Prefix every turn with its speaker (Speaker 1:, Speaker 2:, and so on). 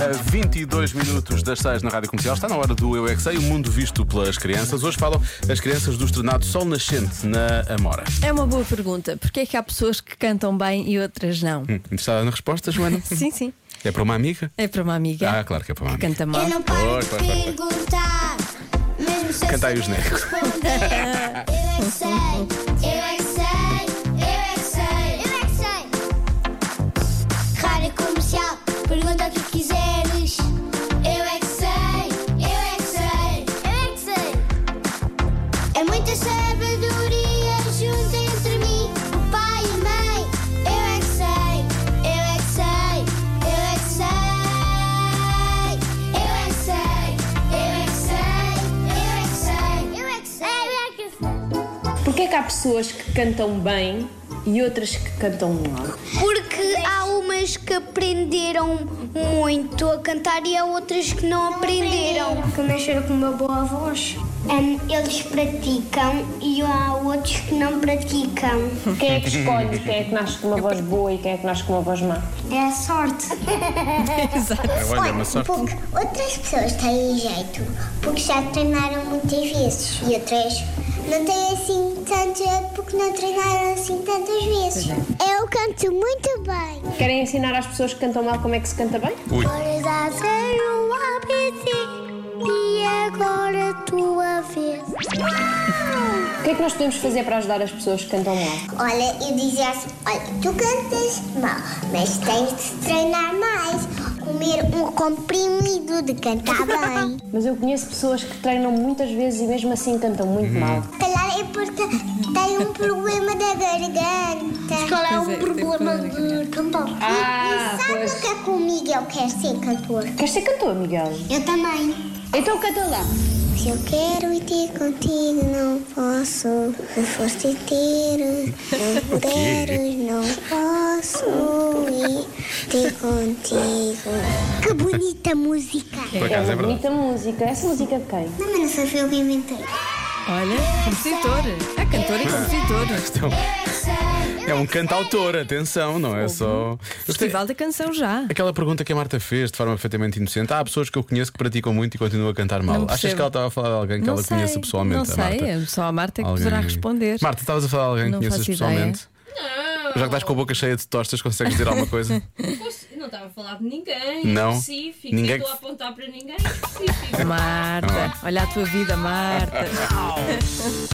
Speaker 1: A 22 minutos das 6 na Rádio Comercial está na hora do Eu é Que Sei, o mundo visto pelas crianças. Hoje falam as crianças do estrenado Sol Nascente na Amora.
Speaker 2: É uma boa pergunta. Porquê é que há pessoas que cantam bem e outras não?
Speaker 1: Hum, Interessada na resposta, Joana?
Speaker 2: Sim, sim.
Speaker 1: É para uma amiga?
Speaker 2: É para uma amiga
Speaker 1: Ah, claro que é para uma
Speaker 2: que
Speaker 1: amiga.
Speaker 2: canta
Speaker 3: Eu
Speaker 2: mal.
Speaker 3: não paro
Speaker 1: Pois,
Speaker 3: de
Speaker 1: pois, pois, pois.
Speaker 3: perguntar, mesmo sem
Speaker 1: Canta aí
Speaker 3: saber
Speaker 1: o genérico.
Speaker 3: responder. Eu é que sei, eu é que sei, eu é que sei, eu é que sei. Rádio comercial, pergunta o que quiseres. Eu é que sei, eu é que sei, eu é que sei. É muita sabedoria junta entre mim, o pai e a mãe. Eu é que sei, eu é que sei, eu é que sei. Eu é que sei, eu é que sei, eu é que sei, eu é que sei, eu é que sei.
Speaker 4: Porquê é que há pessoas que cantam bem e outras que cantam mal?
Speaker 3: Porque há umas que aprenderam muito a cantar e há outras que não aprenderam. Que nasceram com uma boa voz. eles praticam e há outros que não praticam.
Speaker 4: Quem é que escolhe quem é que nasce com uma voz boa e quem é que nasce com uma voz má?
Speaker 3: É a sorte.
Speaker 2: Exato.
Speaker 1: É, Olha, uma sorte.
Speaker 3: Porque outras pessoas têm jeito, porque já treinaram muitas vezes. E outras não têm assim tanto jeito porque não treinaram assim tantas vezes. Eu canto muito bem.
Speaker 4: Querem ensinar às pessoas que cantam mal como é que se canta bem?
Speaker 1: Ui.
Speaker 3: Agora já sei o ABC e agora a tua vez.
Speaker 4: O que é que nós podemos fazer para ajudar as pessoas que cantam mal?
Speaker 3: Olha, eu dizia assim: olha, tu cantas mal, mas tens de treinar mais. Comer um comprimido de cantar bem.
Speaker 4: Mas eu conheço pessoas que treinam muitas vezes e mesmo assim cantam muito
Speaker 1: Uhum.
Speaker 4: mal.
Speaker 3: Se calhar é porque tem um problema da garganta. Se calhar
Speaker 2: é um Pois é, tem problema problema da
Speaker 3: de cantor.
Speaker 4: Ah,
Speaker 3: e sabe
Speaker 4: pois.
Speaker 3: o que é que o Miguel quer ser cantor?
Speaker 4: Queres ser cantor, Miguel?
Speaker 3: Eu também.
Speaker 4: Então canta lá.
Speaker 3: Se eu quero ir ter contigo, não posso. Se foste inteiro, não puderes, não posso ir ter contigo. Que bonita música!
Speaker 1: Por acaso
Speaker 4: uma
Speaker 1: é verdade.
Speaker 4: bonita música. Essa música de quem?
Speaker 3: Não, mas não sou eu que inventei.
Speaker 2: Olha, compositora. É cantora e compositora.
Speaker 1: Então, é um cantautor, atenção, não é só. Eu gostei-
Speaker 2: Festival da canção já.
Speaker 1: Aquela pergunta que a Marta fez de forma perfeitamente inocente. Há pessoas que eu conheço que praticam muito e continuam a cantar mal.
Speaker 2: Não
Speaker 1: Achas
Speaker 2: percebo.
Speaker 1: que ela estava a falar de alguém que Então
Speaker 2: Não
Speaker 1: ela
Speaker 2: sei,
Speaker 1: conheça pessoalmente?
Speaker 2: Não
Speaker 1: a
Speaker 2: sei,
Speaker 1: Marta?
Speaker 2: é só a Marta que
Speaker 1: Alguém-
Speaker 2: poderá responder.
Speaker 1: Marta, estavas a falar de alguém
Speaker 2: Não
Speaker 1: que conheças
Speaker 2: faço
Speaker 1: pessoalmente? Já que estás com a boca cheia de tostas, consegues dizer alguma coisa?
Speaker 5: Pois, eu não estava a falar de ninguém
Speaker 1: Não?
Speaker 5: em específico.
Speaker 1: Ninguém
Speaker 5: Eu estou a
Speaker 1: que- é?
Speaker 5: apontar para ninguém em específico.
Speaker 2: Marta, olha a tua vida, Marta.